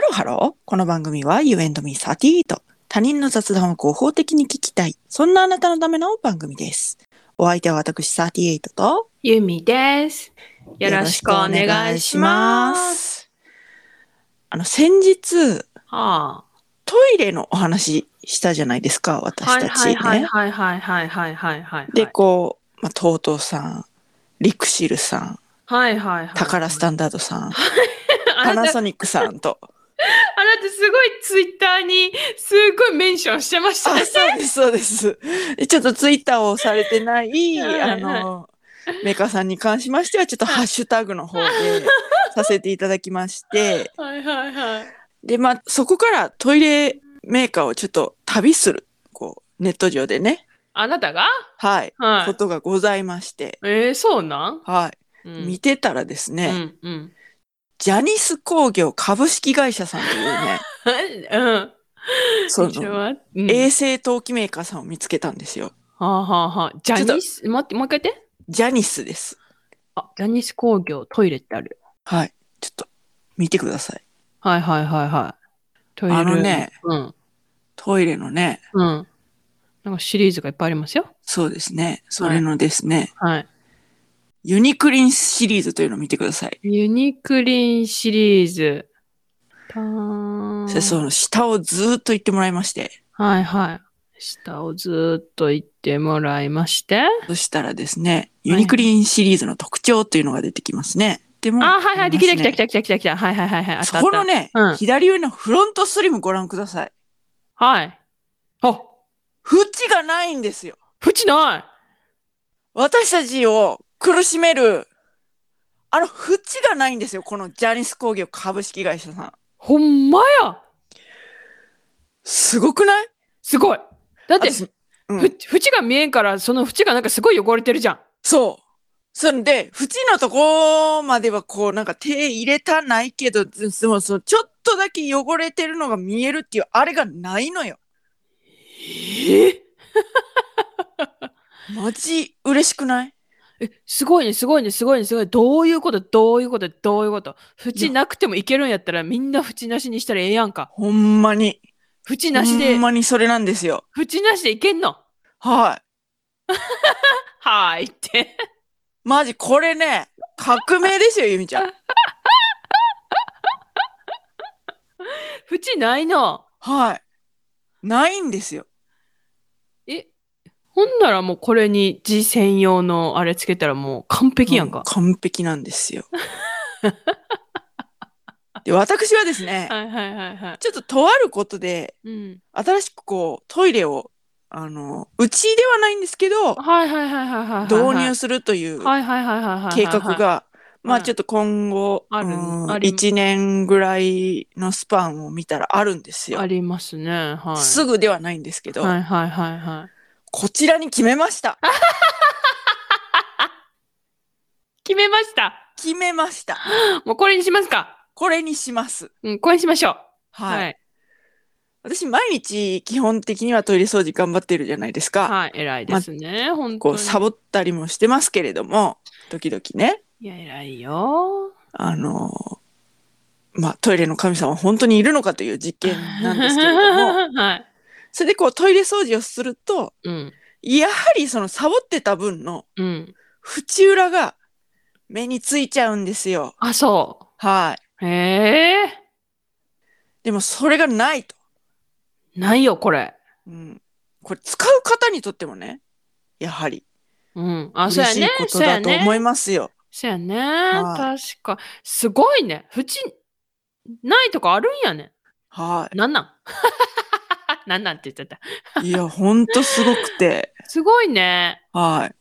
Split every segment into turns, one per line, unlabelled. ロハロー。この番組は You and me38。他人の雑談を合法的に聞きたい。そんなあなたのための番組です。お相手は私38と
ゆみです。よろしくお願い
よろ
しま。
しくお願いしますす。あの、先日、
は
トイレのお話したじゃないですか、
あ、
私
はい
たち
はい
ね。
はいはいはいはいはいはいはい。
で、こう、まあ、トートーさん、リクシルさん、
はいはいはい。
タカラスタンダードさん、
あ
パナ
なた、あな
ソニックさんと。
たすごいツイッターにすごいメンションしてましたね
あ、。そうです、そうです。でちょっとツイッターをされてない、
はいはい
あの、メーカーさんに関しましては、ちょっとハッシュタグの 方でさせていただきまして、
はいはいはい。
で、まあ、そこからトイレメーカーをちょっと旅する、こう、ネット上でね、
あなたが
はい、
は
こ
い。
とがございまして、
えー、そうなん
はい、
うん
見てたらですね、
うん うん。
ジャニス工業株式会社さんという ね、
うん。
そ
ちょっと
の、
待ってうん
衛星陶器メーカーさんを見つけたんですよ。
はあはあはあ。ジャニス、待って、もう一回言って。
ジャニスです。
あ、ジャニス工業、トイレってある。
はい、ちょっと、見てください。
はいはいはいはい。トイレ。
あのね。
うん。
トイレのね、
うん。なんかシリーズがいっぱいありますよ。
そうですね、それのですね、
はい。
ユニクリンシリーズというのを見てください。
ユニクリンシリーズ。たーん
でその下をずーっと行ってもらいまして、
はいはい。下をずーっと行ってもらいまして。
そしたらですね、
い
ユニクリンシリーズの特徴というのが出てきますね。でも、
あ、はいはい。できた来た来
た。
た来た来た来た。はいはいはいはい。あった
そ
あっ
こ
た
の。ね、
うん
左上のフロントスリムご覧ください。
はい。あ、
縁がないんですよ。
縁ない
私たちを苦しめる、あの、縁がないんですよ。このジャニス工業株式会社さん。
ほんまや
すごくない
すごいだって、
私うん
ふ縁が見えんから、その縁がなんかすごい汚れてるじゃん。
そう。そんで、縁のとこまではこう、なんか手入れたないけど、ででもそのちょっとだけ汚れてるのが見えるっていう、あれがないのよ。
ええ
マジ嬉しくない
え、すごいね、すごいね、すごいね、すごい。どういうことどういうことどういうこと
いや
縁なくてもいけるんやったら、みんな縁なしにしたらええやんか。
ほんまに。
縁なし
ほ
で
ん、まにそれなんですよ。
縁なしでいけんの
は
はーいって。
い。マジ、これね、革命ですよ、ゆみちゃん。
縁ないの。
はい。ないんですよ。
え、ほんならもうこれに字専用のあれつけたらもう完璧やん
うん
か。
完璧なんですよ。で、私はですね、
はいはいはいはい。
ちょっととあることで、
うん。
新しくこうトイレをあのうちではないんですけど
はいはいはいはいはいはい。
導入するという
はいはいはいはいはいはい。
計画がまあ
うん
ちょっと今後
ある
うん
あり
1年ぐらいのスパンを見たらあるんですよ
あ。りますね。はい。
すぐではないんですけど、
はいはいはいはい。
こちらに決めました
決めました。
決めました
もうこれにしますか。
これにします
うん、これにしましょう。
はい、
はい。
私毎日基本的にはトイレ掃除頑張ってるじゃないですか、
はい、偉いですね。本
こ
当
う
に。
サボったりもしてますけれども時々ね
いや、偉いよ。
あの、まあ、トイレの神様は本当にいるのかという実験なんですけれど も、
も。はい。
それでこうトイレ掃除をすると、
うん。
やはりそのサボってた分の
うん。
縁裏が目についちゃうんですよ。
あ、そ
はい。
う。へえ。
でもそれがないと。
ないよ、これ。
うん。これ使う方にとってもね、やはり
うん。あ、そう
嬉
や
しい
ね。
こと
そうや
だと
ね。
思いますよ。
そうやね。
は
確か。すごいね。縁、ないとこあるんやね。
は
なん なんなんなんって言っちゃっ
い。いや、ほんとすごくて。
た。すごいね。
はい。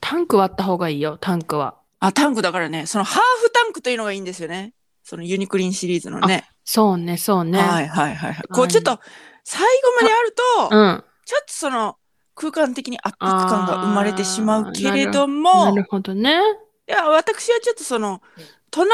タンク割った方がいいよ、タンクは。
あ、タンクだからね、そのハーフタンクというのがいいんですよね。そのユニクリンシリーズのね。
そうね、そうね。
はいはいはいはい。こう
はい
ちょっと最後まである
う
と、
ん。
ちょっとその空間的に圧迫感が生まれてしまうけれど
な
も、
るほどね。
いや私はちょっとその隣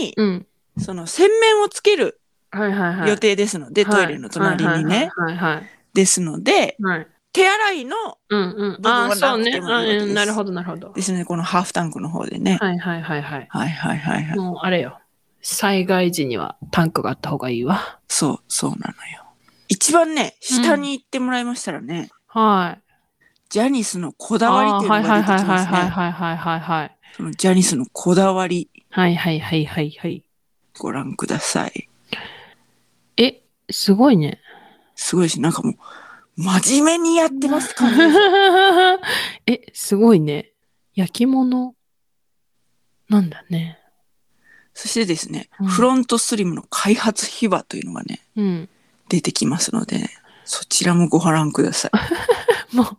に
うん。
その洗面をつける
はいはいはい。
予定ですので、
はい
トイレの隣にね。
はいはいはい
ですので、
はい。はい。
手洗いの
うんうん。
部分
あ
は
あ、そ
な
うね。
くてもいいわけです
うんなるほどなるほど。
ですね、このハーフタンクの方でね。
はいはいはいはい。
はいはいはいはい。
もうあれよ。災害時にはタンクがあった方がいいわ。
そう、そうなのよ。一番ね、下に行ってもらいましたらね、
はい。
ジャニスのこだわりっ
あー
ていう
はい
のが
はい
出て
はい
きま
はい
す
は
ね。
いはいはいはいはい。
そのジャニスのこだわり、
はいはいはいはいはい。
ご覧ください。
え、すごい ね。
すごいし、なんかもう、真面目にやってますからね。
え、すごいね。焼き物なんだね。
そしてですね、
うん
フロントスリムの開発秘話というのがね、
うん。
出てきますので、ね、そちらもご覧くだ さい。
もう、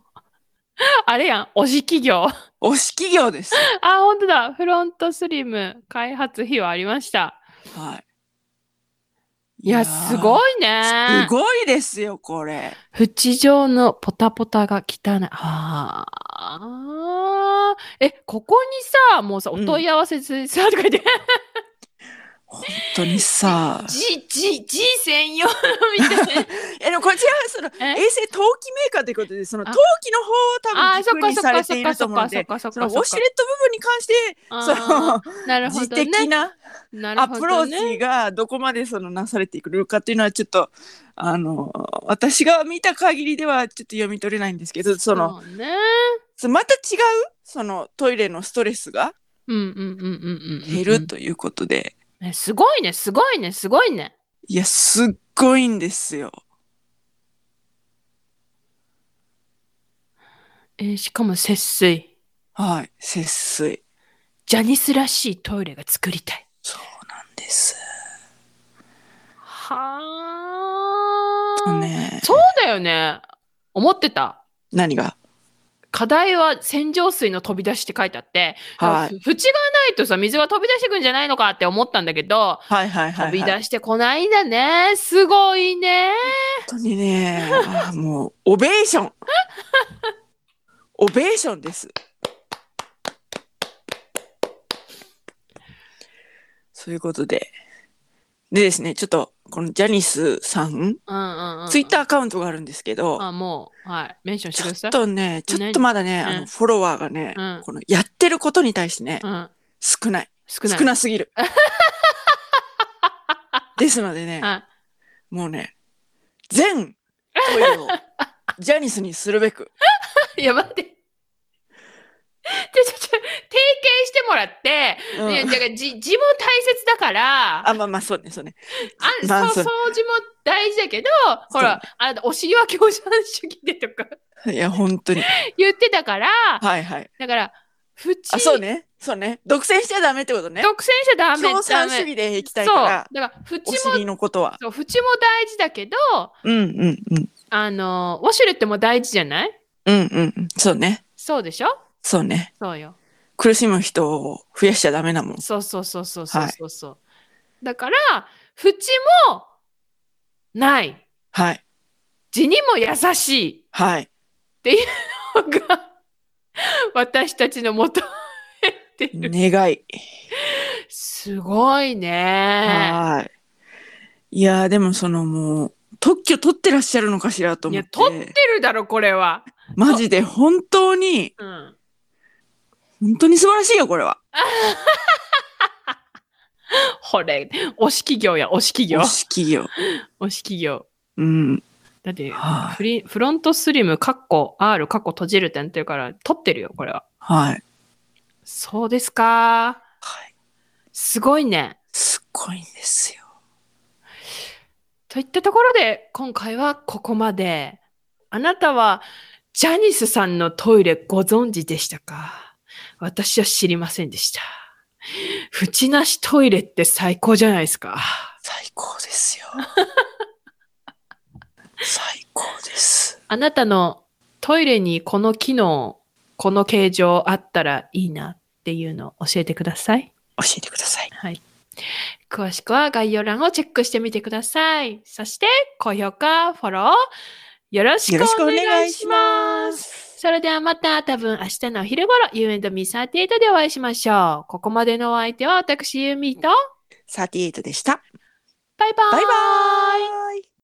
あれやん、推し企業。あ、
推し企業です。
ほんとだ。フロントスリム開発費はありました。
はい。
いや、すご
い。
いね
す。ごいですよ、これ。
縁状のポタポタが汚い。ああ。え、ここにさ、もうさ、お
うん
問い合わせさ、とか言 って、
本当にさ。
じ、じ、じ専用みたいな。
え、でもこちらはその衛
え
星陶器メーカーということで、その
あ
陶器の方を
あ
多
ー
分
そっ
軸
か
に
そっ
さ
か
れ
そ
て
っ
い
か
ると
そっ
思う
か
の
そっ
で、
かそっ
そ
か
のウォシュレット部分に関して、そ
あ
の
ーなるほ
自
どね
的な
なる
ア
ほ
プロ
どね
ーチがどこまでそのなされていくのかっていうのはちょっとあの私が見た限りではちょっと読み取れないんですけどその、
そうね
また違うそのトイレのストレスが
うんうんうんうんうんうん
減るということで、
えすごいねすごいねすごいね
いやすっごいんですよ。
えーしかも節水
はい節水
ジャニスらしいトイレが作りたい
そうなんです。
はあ、
ね
そうだよね思ってた
何が
課題は洗浄水の飛び出しって書いてあって、
はい
ふ縁がないとさ水が飛び出してくんじゃないのかって思ったんだけど
はいはいはい、は
飛
い、
び出してこないんだねすごいね
本当にねあーもうオベーションオベーションですそういうことででですねちょっとこのジャニスさん
うんうんうん
ツイッターアカウントがあるんですけど
あ、もう、はい。メンションして
ち
く
ょ
ださ
っ
い。
とねちょっとまだね
何
あ
うん
のフォロワーがね
うん
このやってることに対してね
うん。
少ない
少ない。
少なすぎ るですのでね
はい。
もうね、全トイレをジャニスにするべく。
い や、待って。で、ちょ、ちょ、提携してもらって、
うん
ね、だから、じ、字も大切だから、
あ、まあまあ、そうね、そうね。
あ
まあ
そう、掃
そう
除も大事だけど、ほら、あなた、お尻は共産主義でとか
いや、本当に。
言ってたから、
はいはい。
だから、縁、
あ、そうね、そうね。独占しちゃダメってことね。
独占者ダメ、
共産主
ダメ
義で行きたい
そ
か
う。
ら、
だから、縁
お
も、
尻のことは。
そう、縁も大事だけど、
うんうんうん。
あの、ウォシュレットも大事じゃない
うんうんうん。そうね。
そうでしょ
そうね。
そうよ。
苦しむ人を増やしちゃダメなもん。
そうそうそうそうそう
はい
そうそう。だから、縁もない。
はい。
字にも優しい
はい。
のが、 私たちの元めてる。
願い。
すごいね。
はい。いやー、でもそのもう、特許取ってらっしゃるのかしらと
い
思っ
や、
て。
取ってるだろ、これは。
マジで本当に、
うん。
本当に素晴らしいよ、これは。
これ、推し企業や、推し企業
よ。し企業。
推し企業。
うん。
だって、
は
フリフロントスリム、カッコ、R、カッコ閉じるってなってるから、取ってるよ、これは。
はい。
そうですか。
はい。
すごいね。
すっごいんですよ。
といったところで今回はここまであなたはジャニスさんのトイレご存知でしたか私は知りませんでした縁なしトイレって最高じゃないですか
最高です よ。最高です。
あなたのトイレにこの機能この形状あったらいいなっていうのを教えてください
教えてください。
はい。詳しくは概要欄をチェックしてみてください。そして、高評価、フォロー、よろしくお願いします。それではまた多分明日のお昼頃、You and Me38 でお会いしましょう。ここまでのお相手は私、ユーミーと、
38でした。
バイバーイ
バイバーイ